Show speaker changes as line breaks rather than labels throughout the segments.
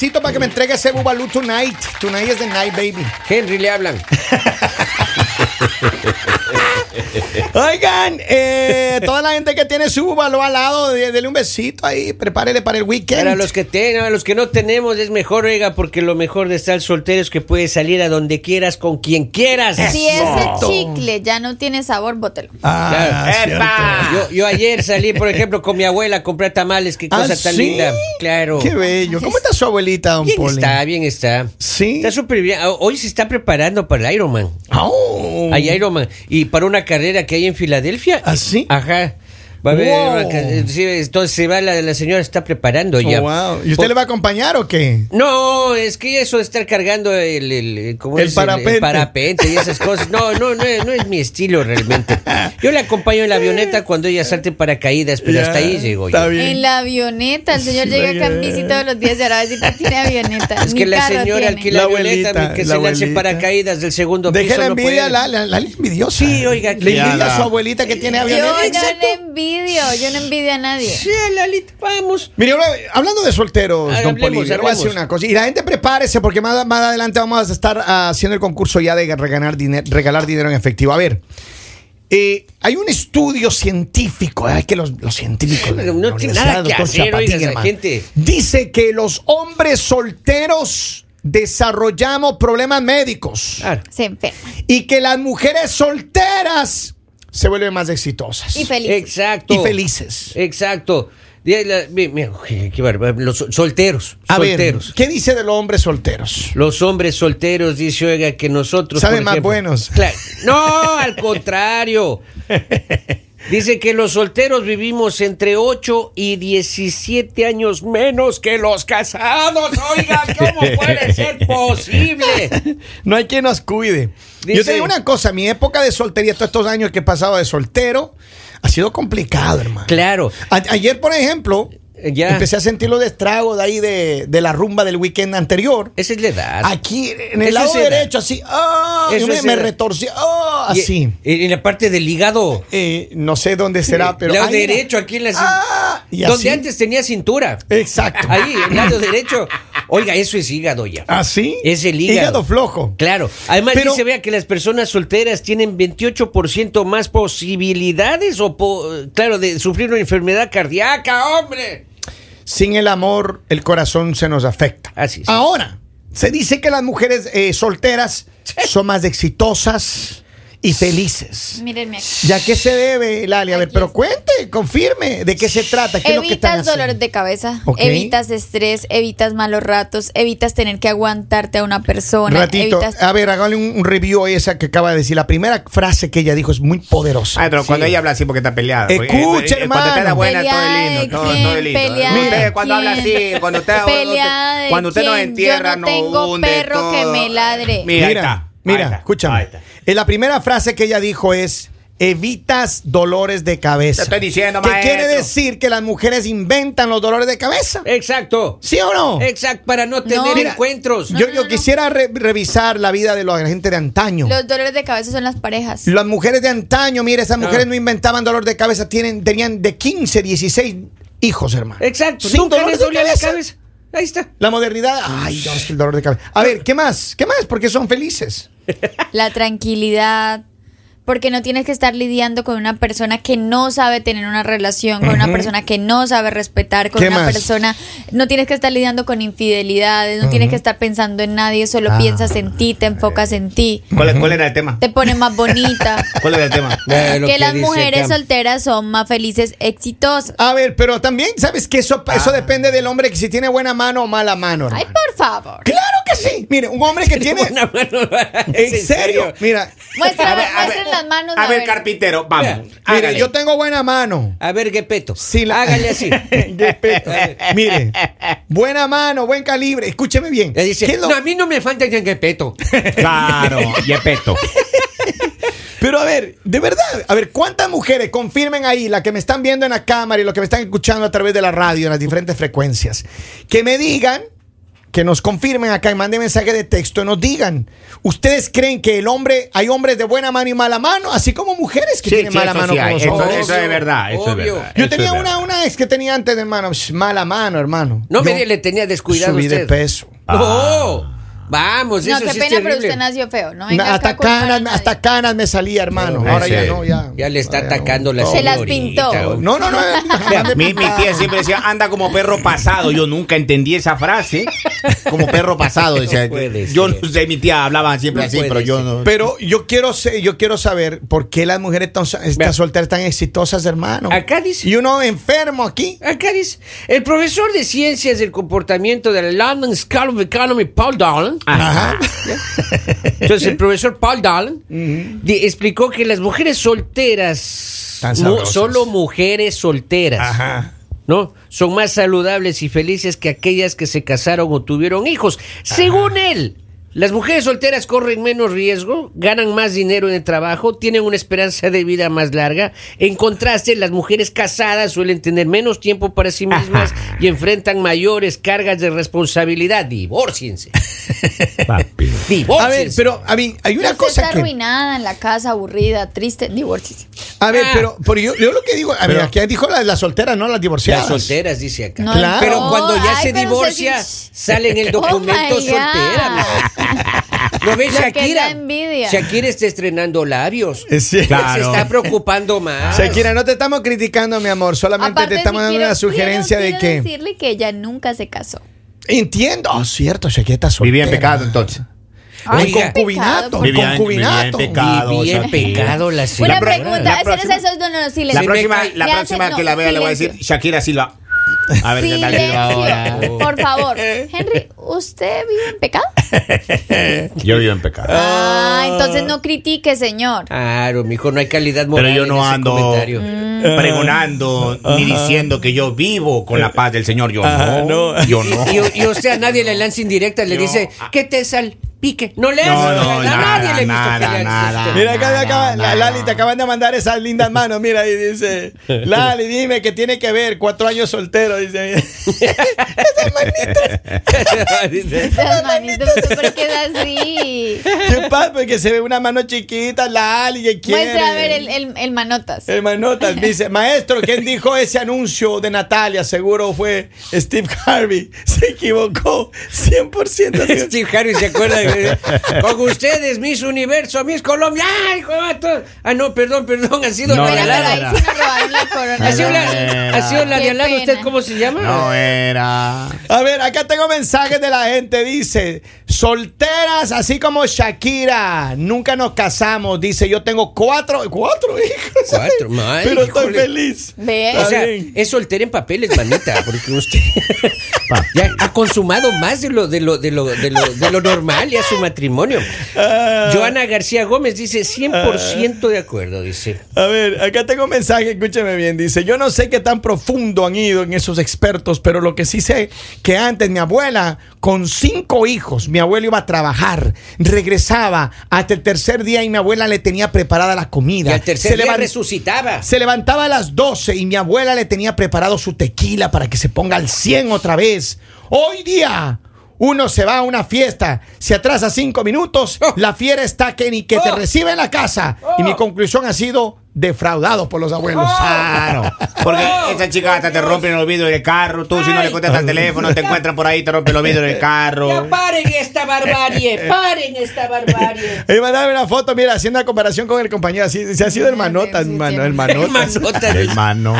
Cito para que me entregue ese Bubalú tonight. Tonight is the night, baby.
Henry le hablan.
Oigan, eh, toda la gente que tiene su Bubalú al lado, de- dele un besito ahí. Prepárele para el weekend.
Para los que tengan, a los que no tenemos es mejor, oiga, porque lo mejor de estar soltero es que puedes salir a donde quieras con quien quieras.
Si ese chicle ya no tiene sabor, bótelo.
Ah,
Claro.
cierto.
Yo, yo ayer salí, por ejemplo, con mi abuela a comprar tamales, qué
¿Ah,
cosa tan
sí?
linda. Claro.
Qué bello. ¿Cómo está su abuelita, don
Bien
Poli?
está, bien está.
Sí.
Está súper bien. Ah, Hoy se está preparando para el Ironman.
Oh.
Hay Ironman. Y para una carrera que hay en Filadelfia.
¿Ah, sí?
Ajá. Va a haber
Wow.
una ca- sí, entonces se va, la, la señora está preparando
Oh,
ya.
wow. ¿Y usted
Por-
le va a acompañar o qué?
No, es que eso de estar cargando el, el- ¿cómo
El
es?
parapente.
parapente y esas cosas. No, no, no, es- no es mi estilo realmente. Yo la acompaño en la avioneta cuando ella salte paracaídas, pero
Ya,
Pues hasta ahí llego
Está
yo.
bien.
En la avioneta, el señor
Sí,
llega
oye.
acá en bici todos los días y ahora va a decir que tiene avioneta.
Es que
Ni
la
carro
señora
tiene.
alquila
La
la avioneta,
abuelita,
que
la
se lance
abuelita.
paracaídas del segundo
Deje
piso.
la
no puede.
envidia, la, la, la envidiosa.
Sí, oiga,
Le
que-
envidia a
Ya.
su abuelita que tiene
Yo
avioneta.
no le envidio, yo no envidio a nadie.
Sí, Lalita, vamos.
Mire, ahora, hablando de solteros,
Ah,
don
hablemos,
Poli, le voy a decir
hablemos.
una cosa. Y la gente prepárese porque más, más adelante vamos a estar ah, haciendo el concurso ya de regalar, diner- regalar dinero en efectivo. A ver, eh, hay un estudio científico, ay, que los, los científicos... de
pero no
la
tiene
Universidad
nada que
Dr.
hacer, oiga,
Chapatín,
esa
hermano,
gente.
Dice que los hombres solteros desarrollamos problemas médicos
Claro.
Se enferma.
y que las mujeres solteras se vuelven más exitosas
Y feliz.
Exacto.
y felices.
Exacto. Dile la- mi- mi- qué- qué bárbaro. Los sol- solteros.
A
solteros.
ver, ¿qué dice de los hombres solteros?
Los hombres solteros, dice, oiga, que nosotros...
Saben
por
más
ejemplo-
buenos.
Cla- No, al contrario. Dice que los solteros vivimos entre 8 y 17 años menos que los casados. Oiga, ¿cómo puede ser posible?
No hay quien nos cuide. Yo te
Dice-
digo una cosa, mi época de soltería, todos estos años que he pasado de soltero, ha sido complicado, hermano.
Claro.
A- ayer, por ejemplo,
Eh, ya.
empecé a sentir los estragos de ahí de, de la rumba del weekend anterior.
Esa es la edad.
Aquí, en el
Eso
lado
es edad.
derecho, así, ah,
Eso
yo me,
es
me
edad.
retorcí, ah,
Y-
así.
y en la parte del hígado.
Eh, no sé dónde será, pero...
El lado
ay, mira.
derecho, aquí en la cin-
Ah, y
Donde
así. Eh.
antes tenía cintura.
Exacto.
Ahí, el lado derecho. Oiga, eso es hígado ya.
¿Así?
Es el hígado.
flojo.
Claro. Además,
Pero-
dice, vea, que las personas solteras tienen 28% más posibilidades, o po- claro, de sufrir una enfermedad cardíaca, hombre.
Sin el amor, el corazón se nos afecta.
Así es.
Ahora, se dice que las mujeres eh, solteras son más exitosas y felices.
Mírenme aquí.
¿Ya qué se debe, Lali? A ver, pero cuente, confirme, ¿de qué se trata? ¿Qué es lo que están
Evitas dolores
haciendo?
de cabeza,
Ok.
evitas estrés, evitas malos ratos, evitas tener que aguantarte a una persona,
Ratito, Ah,
evitas
a ver, hágale un, un review a esa que acaba de decir. La primera frase que ella dijo es muy poderosa.
Ay, Ah, pero cuando ella habla así porque está peleada. Porque,
Escucha,
eh, eh, Cuando
hermano.
usted era buena, todo
Pelea
es
de
lindo. Todo,
quién,
todo es lindo.
pelea
Usted
de
cuando habla así,
quién,
cuando usted,
pelea de
cuando usted nos
quién,
entierra,
yo no tengo
hunde
perro
todo.
que me ladre.
Mira, ahí
mira,
está,
mira,
ahí está,
escúchame.
ahí está.
Eh, la primera frase que ella dijo es evitas dolores de cabeza.
Te estoy diciendo,
¿Qué
maestro. Eh.
quiere decir que las mujeres inventan los dolores de cabeza?
Exacto.
¿Sí o no?
Exacto, para no tener
Mira,
encuentros.
yo
no,
yo
no.
quisiera re- revisar la vida de la gente de antaño.
los dolores de cabeza son las parejas.
Las mujeres de antaño, mira, esas mujeres
Ah.
no inventaban dolor de cabeza, tienen, tenían de 15, 16 hijos, hermano.
Exacto.
Sin
Nunca
dolor
les
de
dolía la
cabeza.
cabeza. Ahí está.
La modernidad, ay, no, es que el dolor de cabeza. A ver, ¿qué más? ¿Qué más? Porque son felices.
la tranquilidad, porque no tienes que estar lidiando con una persona que no sabe tener una relación, con una persona que no sabe respetar, con
¿Qué
una
más?
persona, no tienes que estar lidiando con infidelidades, no tienes que estar pensando en nadie, solo
Ah.
piensas en ti, te enfocas en ti,
¿Cuál, cuál era el tema?
te pones más bonita.
¿Cuál era el tema?
Eh, lo
que, las
dice
mujeres
Cam.
solteras son más felices, exitosas.
A ver, pero también sabes que eso,
Ah.
eso depende del hombre que si tiene buena mano o mala mano.
Ay,
hermano.
por favor.
Claro que sí. Mire, un hombre que tiene.
Una mano-
En serio. Mira,
Muestra,
A ver, a
muestren
ver,
las manos.
A ver, carpintero, vamos.
Mira,
mire,
Hágale.
yo tengo buena mano.
A ver, Gepeto.
Sí, la-
Hágale así.
Respeto. mire, buena mano, buen calibre. Escúcheme bien.
Le dice,
¿Qué es lo-
"No, a mí no me falta el Gepeto.
Claro, Yepeto.
Pero a ver, de verdad, a ver, ¿cuántas mujeres confirmen ahí, las que me están viendo en la cámara y los que me están escuchando a través de la radio en las diferentes frecuencias, que me digan que nos confirmen acá y manden mensaje de texto y nos digan, ¿ustedes creen que el hombre, hay hombres de buena mano y mala mano, así como mujeres que
Sí,
tienen
sí,
mala
eso
mano
sí
como
hay, eso-
nosotros?
eso es verdad, eso es
Obvio.
verdad.
Yo
eso es
tenía una,
verdad.
una ex que tenía antes de hermano, sh, mala mano, hermano.
No me
Yo
di- le tenía descuidado
Subí de
usted.
peso. Ah.
No, vamos,
No,
eso
qué
sí es
pena, pero
terrible.
usted nació feo. No venga
Na-
acá a
hasta
culpar a
canas,
nadie.
hasta canas me salía, hermano.
No,
Ahora
en
ya
serio.
no, ya.
eh, Ya le está
Ahora ya no.
atacando la
Se las
señorita.
pintó.
No, no, eh, no. no,
Mi, mi tía siempre decía, anda como perro pasado. Yo nunca entendí esa frase. Como perro pasado. decía.
puede
yo
ser.
no sé, mi tía hablaba siempre
No
así,
puede
pero yo
ser.
no.
Pero yo quiero sé- yo quiero saber por qué las mujeres tan,
Vea.
estas solteras tan exitosas, hermano.
Acá dice-
Y uno enfermo aquí.
Acá dice, el profesor de ciencias del comportamiento de la London School of Economy, Paul Dallin, Ah,
Ajá.
entonces el profesor Paul Dallin, di- explicó que las mujeres solteras,
Tan
mu-
sabrosas.
solo mujeres solteras,
Ajá.
¿no? Son más saludables y felices que aquellas que se casaron o tuvieron hijos. Según él, las mujeres solteras corren menos riesgo, ganan más dinero en el trabajo, tienen una esperanza de vida más larga. En contraste, las mujeres casadas suelen tener menos tiempo para sí mismas y enfrentan mayores cargas de responsabilidad. Divórciense.
Papi.
Divórciense.
A ver, pero a mí hay una
Usted
cosa
está
que
arruinada en la casa, aburrida, triste, divorcio.
A ver,
Ah.
pero, pero yo, yo lo que digo, a ver,
Pero-
aquí dijo las las solteras, no las
Las
divorciadas.
solteras, dice acá.
No,
Claro.
Pero
no,
cuando ya
ay,
se
pero
divorcia,
se-
sale en el
Oh my
documento
God.
soltera. ¿No ves,
Lo que
Shakira?
da envidia.
Shakira está estrenando labios.
Eh, sí.
Se
Claro.
está preocupando más.
Shakira, no te estamos criticando, mi amor, solamente
Aparte,
te estamos
sí
dando
quiero-
una sugerencia
quiero-
de
quiero
que
decirle que ella nunca se casó.
entiendo, oh, cierto, Shakira está soltera.
Vivía en pecado entonces.
Un
Oiga.
concubinato,
Vivía en-
un concubinato.
vivía en pecado,
Vivía en
Shakira.
pecado la
Una
señora.
pregunta,
la
ese
próxima-
es esos donos,
La
me
próxima,
cae-
la
le
próxima
hacen-
que la
no,
vea le voy a decir
silencio.
Shakira Silva. A ver qué tal le va ahora.
Silencio, por favor. Henry, ¿usted vive en pecado?
Yo vivo en pecado.
Ah, entonces no critique, señor.
Claro, mijo, no hay calidad moral.
Pero yo
en
no
ese
ando Mm.
comentario. Ah.
pregonando ni diciendo que yo vivo con la paz del Señor. Yo
Ajá,
no,
no.
Yo no.
Y, y, o sea, nadie le lanza indirecta, le
Yo-
dice que te salpique. No le
No,
hace,
no,
a
nada,
nadie le he visto que
nada,
le hace
nada.
esto.
Mira, acá me
Nada,
acaban- la-
nada.
Lali, te acaban de mandar esas lindas manos. Mira, ahí dice, Lali, dime qué tiene que ver, cuatro años soltero, dice. Esas manitas,
Dice,
Las manitos, ¿tú ¿por qué es así?
¿Qué pasa? Porque se ve una mano chiquita, Lali, que quiere.
Muestre a ver el, el, el manotas.
El manotas dice, maestro, ¿quién dijo ese anuncio de Natalia? Seguro fue Steve Harvey. Se equivocó 100%. seguro.
Steve Harvey se acuerda de- con ustedes, Miss Universo, Miss Colombia. ¡Ay, hijo de vato! Ah, no, perdón, perdón, ha sido
No,
la de
Espera,
al
pero
lado.
ahí sí nos robaron la corona.
Ha sido la, eh.
Era.
ha sido la de
Qué
al lado.
pena.
¿Usted cómo se llama?
No era.
A ver, acá tengo mensajes de la gente. Dice, solteras, así como Shakira, nunca nos casamos. Dice, yo tengo cuatro, cuatro hijos.
Cuatro, madre,
Pero estoy
híjole.
feliz.
Ve.
O
Está
sea,
bien.
es soltera en papeles, manita, porque usted ya ha consumado más de lo, de lo, de lo, de lo, de lo normal ya su matrimonio. Joana García Gómez dice 100% de acuerdo, dice.
A ver, acá tengo un mensaje, escúcheme bien. Dice, yo no sé qué tan profundo han ido en esos expertos, pero lo que sí sé que antes mi abuela, con cinco hijos, mi abuelo iba a trabajar, regresaba hasta el tercer día y mi abuela le tenía preparada la
Y
comida.
al tercer día
levan-
resucitaba.
se levantaba a las 12 y mi abuela le tenía preparado su tequila para que se ponga al 100 otra vez. Hoy día uno se va a una fiesta, se atrasa cinco minutos,
Oh.
la fiera está que ni que te
Oh.
recibe en la casa.
Oh.
Y mi conclusión ha sido defraudados por los abuelos.
Claro. Porque esa chica hasta te rompen los vidrios del carro. Tú, si no le contestas el teléfono, te encuentran por ahí, te rompen los vidrios del carro.
Ya paren esta barbarie, paren esta barbarie.
Y mandame una foto, mira, haciendo la comparación con el compañero. Así, se ha sido hermanotas,
Sí, sí,
mano,
tiene.
hermanotas.
Manotas,
Hermano.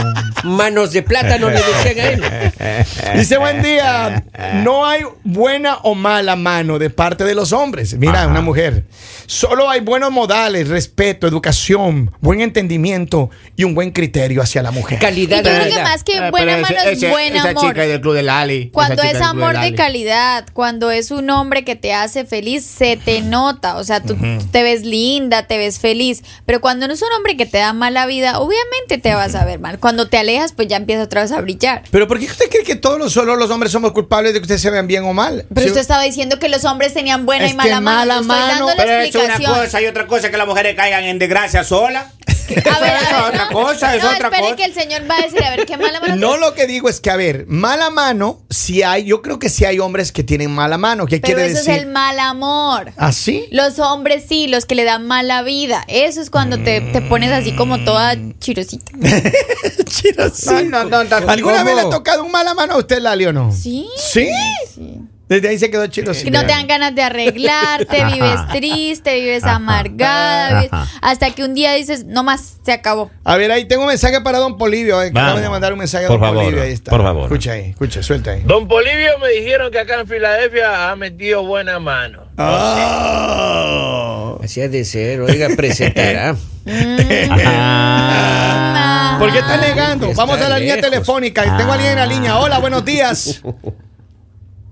manos de plátano le decían a él.
Dice, buen día. No hay buena o mala mano de parte de los hombres. Mira,
Ajá.
una mujer. Solo hay buenos modales, respeto, educación, buen entendimiento y un buen criterio hacia la mujer.
Calidad de
Yo creo que
vida.
más que
Eh,
buena
pero
mano
ese-
es
ese-
buen
Esa
amor.
chica del club del Ali.
Cuando
esa
es
chica del Club
amor
del
de
Ali.
calidad, cuando es un hombre que te hace feliz, se te nota. O sea, tú te ves linda, te ves feliz. Pero cuando no es un hombre que te da mala vida, obviamente te vas a ver mal. Cuando te alejas, pues ya empieza otra vez a brillar.
Pero ¿por qué usted cree que todos los, solo los hombres somos culpables de que ustedes se vean bien o mal?
Pero
Sí.
usted estaba diciendo que los hombres tenían buena
Es
y
que
mala mano.
mala
Yo estoy
mano,
dando la
Pero es una
explicación.
cosa y otra cosa que las mujeres caigan en desgracia sola.
que- a ver,
es
a ver,
otra
no,
cosa, es
no,
otra
espere
cosa.
que el señor va a decir, a ver, qué mala mano.
No
tiene?
lo que digo es que, a ver, mala mano, si hay, yo creo que sí hay hombres que tienen mala mano. ¿Qué
Pero
quiere
eso
decir? ¿Ah,
es el mal amor.
¿Así?
Los hombres sí, los que le dan mala vida. Eso es cuando te, te pones así como toda chirosita.
Chino, sí.
No, no, no, no,
¿Alguna
¿cómo?
vez le ha tocado un mala mano a usted, Lali, o no?
Sí.
¿Sí?
Sí.
Desde ahí se quedó chido.
Que no te dan ganas de arreglarte, vives triste, vives amargada, vives-
Ajá.
hasta que un día dices, no más, se acabó.
A ver, ahí tengo un mensaje para Don Polivio. Eh, que
Vamos.
acaban de mandar un mensaje a
Por
Don
favor,
Polivio. Ahí está.
por favor.
Escucha ahí, escucha, suelta ahí.
Don Polivio me dijeron que acá en Filadelfia ha metido buena mano.
Ah, Oh.
Así ha de ser, oiga, presentará.
Ah.
¿Por qué estás negando?
Está
Vamos a la línea
lejos.
telefónica. Tengo a alguien en la línea. Hola, buenos días.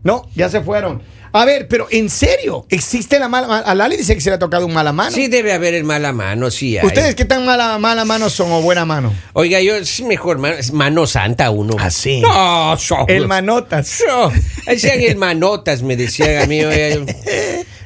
No, ya se fueron. A ver, pero en serio, existe la mala mano. A Lali dice que se le ha tocado un mala mano.
Sí debe haber el mala mano, sí hay.
¿Ustedes qué tan mala, mala mano son o buena mano?
Oiga, yo es mejor mano, es mano santa uno.
Así.
No, so-
Ah, El manotas.
No, decían el manotas, me decían a mí. oiga, yo-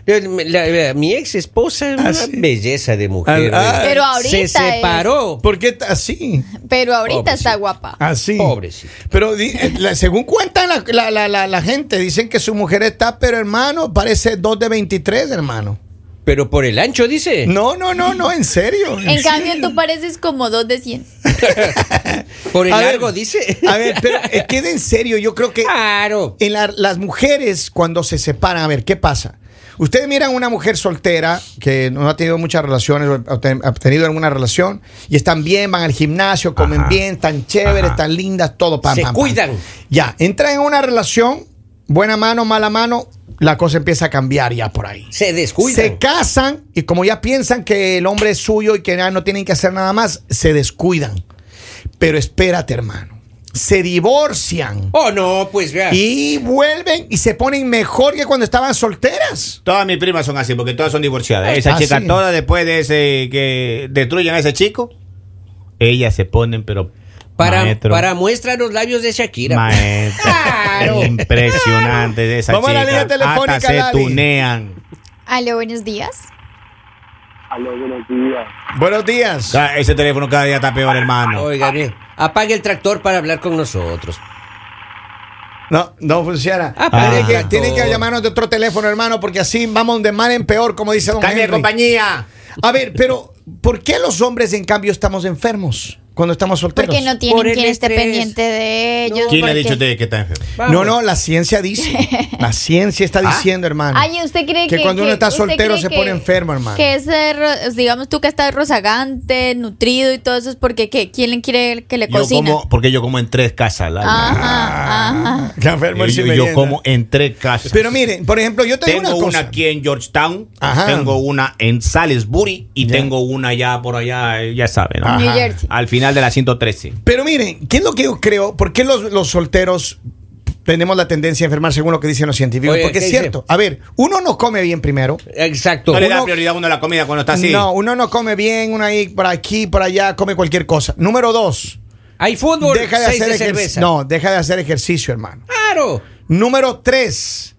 yo- la- la- mi ex esposa, una belleza de mujer.
Ah,
oiga.
Pero ahorita
Se
es-
separó.
¿Por qué t- así?
Pero ahorita
Pobrecito.
está guapa.
Así.
Pobrecito.
Ah, Pero di- eh, la- según cuentan la, la- la- la- la gente, dicen que su mujer está, pero hermano, parece 2 de 23, hermano.
Pero por el ancho, dice.
No, no, no, no, en serio.
En cambio, tú pareces como dos de cien.
Por el
A ver,
largo, dice.
A ver, pero eh, queda en serio, yo creo que
Claro.
en la- las mujeres cuando se separan, a ver, ¿qué pasa? Ustedes miran una mujer soltera que no ha tenido muchas relaciones, o ha ten- ha tenido alguna relación, y están bien, van al gimnasio, comen
Ajá.
bien, están chéveres,
Ajá.
están lindas, todo pam,
Se
pam, pam.
cuidan.
Ya, entran en una relación, buena mano, mala mano, la cosa empieza a cambiar ya por ahí.
Se descuidan.
Se casan y como ya piensan que el hombre es suyo y que ya no tienen que hacer nada más, se descuidan. Pero espérate, hermano. Se divorcian
Oh, no, pues vea.
y vuelven y se ponen mejor que cuando estaban solteras.
Todas mis primas son así, porque todas son divorciadas. Esa
Ah,
chica,
sí.
todas después de ese que destruyan a ese chico, ellas se ponen, pero
Para,
maestro,
para muestra los labios de Shakira.
pues.
maestro.
Claro.
Impresionante de esa
Vamos a
chica.
la línea telefónica,
Hasta se
Lali.
tunean.
Aló, buenos días.
Aló, buenos días.
Buenos días.
Ah, Ese teléfono cada día está peor, hermano.
Oiga, bien. Apague el tractor para hablar con nosotros.
No, no funciona.
Ah, pero
Tienen que-
doctor.
tienen que llamarnos de otro teléfono, hermano, porque así vamos de mal en peor, como dice don
Cambia de
Henry.
compañía.
A ver, pero ¿por qué los hombres en cambio estamos enfermos cuando estamos solteros?
Porque no
Por
tienen
el
quien esté
estrés.
pendiente de ellos.
¿Quién le ha
porque-
dicho a usted que está enfermo?
Vamos.
No, no, la ciencia dice. La ciencia está
Ah.
diciendo, hermano.
Ay, ¿usted cree
que
que,
cuando uno está
usted
soltero
cree
se
que-
pone enfermo, hermano?
Que ese, ro- digamos tú que estás rozagante, nutrido y todo eso es porque ¿qué? ¿quién le quiere que le
Yo
cocina? Ah.
como, porque yo como en tres casas, Lali.
Ajá, ajá.
Ah, Que enfermo
Yo,
el
yo- yo
sinvergüenza.
como en tres casas.
Pero miren, por ejemplo, yo te digo
Tengo
una cosa.
una, aquí en Georgetown,
Ajá.
tengo una en Salisbury y
Ya.
tengo una ya por allá, eh, ya saben, ¿no?
Ajá.
New Jersey.
al final de la 113.
Pero miren, ¿qué es lo que yo creo? ¿Por qué los, los solteros tenemos la tendencia a enfermar según lo que dicen los científicos?
Oye,
Porque es
¿qué dice?
cierto. A ver, uno no come bien primero.
Exacto.
No le da
Uno-
prioridad a uno a la comida cuando está así.
No, uno no come bien, uno ahí, por aquí, por allá, come cualquier cosa. Número dos,
Hay fútbol,
deja de
seis
hacer
de
ejercicio.
cerveza.
No, deja de hacer ejercicio, hermano.
Claro.
Número tres.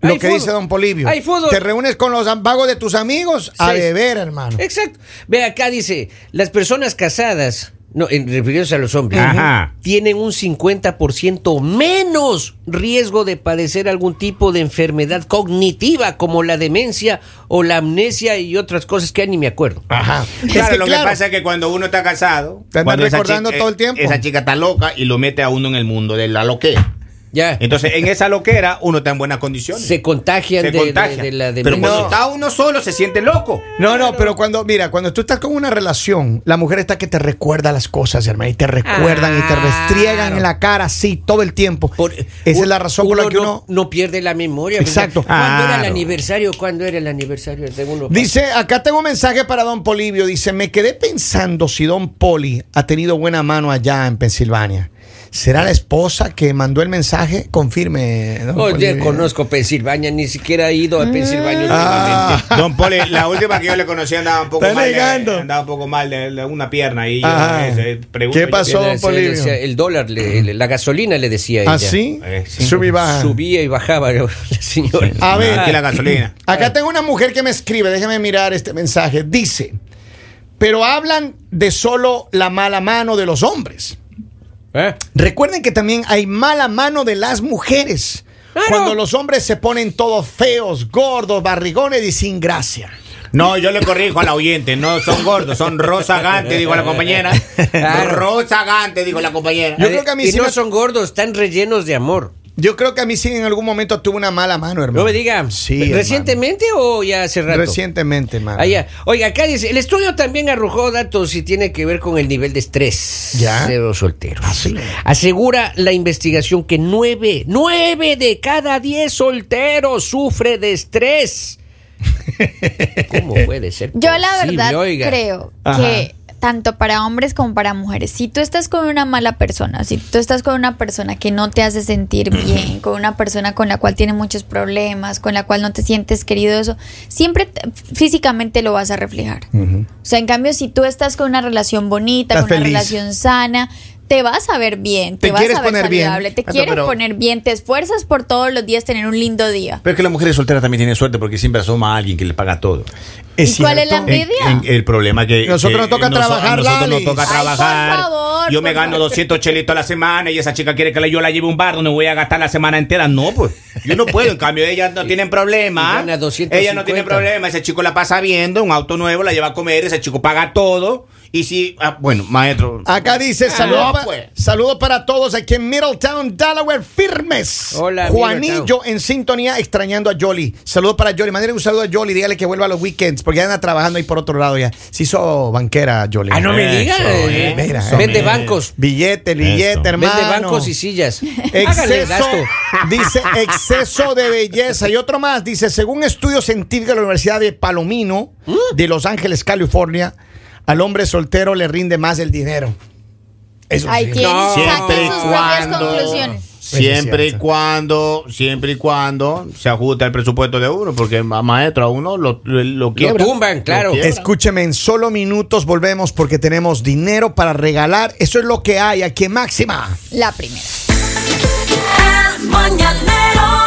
Lo
Hay
que
fútbol.
dice Don Polivio.
Hay fútbol.
Te reúnes con los vagos de tus amigos a
Seis.
beber, hermano.
Exacto. Ve acá dice, las personas casadas, no, en refiriéndose a los hombres,
Ajá.
tienen un 50% menos riesgo de padecer algún tipo de enfermedad cognitiva como la demencia o la amnesia y otras cosas que ya ni me acuerdo.
Ajá.
Claro,
Es que,
lo
claro,
que pasa es que cuando uno está casado,
Te andan
cuando esa
recordando
chica-
todo el
eh,
tiempo.
Esa chica está loca y lo mete a uno en el mundo de la loquera.
Ya.
Entonces, en esa loquera, uno está en buenas condiciones.
se contagian
Se
de, de-
contagia.
de la
Pero
demencia.
cuando
No.
está uno solo, se siente loco.
No, no, pero cuando, mira, cuando tú estás con una relación, la mujer está que te recuerda las cosas, hermano, y te recuerdan y te restriegan en la cara, sí, todo el tiempo.
Ah. Por-
Esa es
un-
la razón por la que uno...
no, no pierde la memoria.
Exacto.
¿Cuándo era el
Claro.
aniversario? ¿Cuándo era el aniversario? de uno?
Dice, acá tengo un mensaje para Don Polivio. Dice, me quedé pensando si Don Poli ha tenido buena mano allá en Pensilvania. ¿Será la esposa que mandó el mensaje? Confirme. Don
Oh, yo
Polibio.
conozco Pensilvania, ni siquiera he ido a Pensilvania. últimamente.
Ah.
Don Poli, la última que yo le conocí andaba un poco
Está
mal. de-
negando.
andaba un poco mal de, de una pierna y yo,
Ajá.
eh, pregunto
¿Qué
yo,
pasó?
Viene a
Don
ser,
Polibio.
decía, el dólar, le- le- la gasolina le decía ella.
¿Así?
Eh, sí.
Sube ¿Ah, y baja. Ah,
Subía y bajaba la señora.
A ver.
Aquí la gasolina.
Acá tengo una mujer que me escribe, déjame mirar este mensaje. Dice, Pero hablan de solo la mala mano de los hombres.
¿Eh?
Recuerden que también hay mala mano de las mujeres.
Claro.
Cuando los hombres se ponen todos feos, gordos, barrigones y sin gracia.
No, yo le corrijo al oyente, no son gordos, son rozagantes, dijo la compañera.
Claro.
Rozagantes, dijo la compañera.
Yo creo que a mí
y
sí
no
me-
son gordos, están rellenos de amor.
Yo creo que a mí sí en algún momento tuve una mala mano, hermano.
No me digan.
Sí, hermano.
¿Recientemente o ya hace rato?
Recientemente, hermano.
Ah, ya. Oiga, acá dice, el estudio también arrojó datos y tiene que ver con el nivel de estrés
Ya. Ah,
de los solteros. Asegura la investigación que nueve, nueve de cada diez solteros sufre de estrés. ¿Cómo puede ser?
Yo la
posible,
verdad
oiga?
creo
Ajá.
que tanto para hombres como para mujeres, si tú estás con una mala persona, si tú estás con una persona que no te hace sentir bien, con una persona con la cual tienes muchos problemas, con la cual no te sientes querido, eso, siempre te- físicamente lo vas a reflejar. O sea, en cambio, si tú estás con una relación bonita,
Estás
con una
feliz.
relación sana, te vas a ver bien, te,
Te
vas a ver
quieres poner bien.
saludable, te
Pero-
quieres
pero-
poner bien, te esfuerzas por todos los días tener un lindo día.
Pero es que las mujeres solteras también tienen suerte porque siempre asoma a alguien que le paga todo.
Es
¿Y cuál es la
cierto.
envidia?
En- en- el problema es que
Nosotros nos
que
toca trabajar,
nosotros nos
Lalis.
toca
Ay,
por
trabajar.
favor,
yo me
por
gano
favor.
200 chelitos a la semana y esa chica quiere que la- yo la lleve a un bar donde voy a gastar la semana entera. No, pues. Yo no puedo. En cambio, ellas no tienen
y
problema.
gana 250.
Ella no tiene problema. Ese chico la pasa viendo, un auto nuevo, la lleva a comer, ese chico paga todo. Y si, ah, bueno, maestro.
Acá dice,
Ah,
saludos
no,
pa-
pues.
saludos para todos aquí en Middletown, Delaware, firmes.
Hola,
Juanillo
Middletown.
en sintonía extrañando a Jolly. Saludos para Jolly. Mándale un saludo a Jolly, dígale que vuelva a los weekends, porque ya anda trabajando ahí por otro lado ya. Se hizo banquera, Jolly.
Ah, no me digas.
eh,
mira,
Vende
eh.
bancos.
Billete,
Eso.
billete, hermano.
Vende bancos y sillas. Hágale el
Exceso,
gasto.
dice exceso de belleza. Y otro más, dice, según estudios científicos de la Universidad de Palomino,
¿Mm?
de Los Ángeles, California, al hombre soltero le rinde más el dinero. Eso
Ahí
sí.
tiene,
No.
saquen sus propias conclusiones.
Siempre y
cierto.
cuando, siempre y cuando se ajusta el presupuesto de uno, porque ma- maestro, a uno lo, lo, quiebran.
tumban, claro.
quiebran.
Escúcheme, en solo minutos volvemos porque tenemos dinero para regalar. Eso es lo que hay aquí en Máxima.
La primera.
El mañanero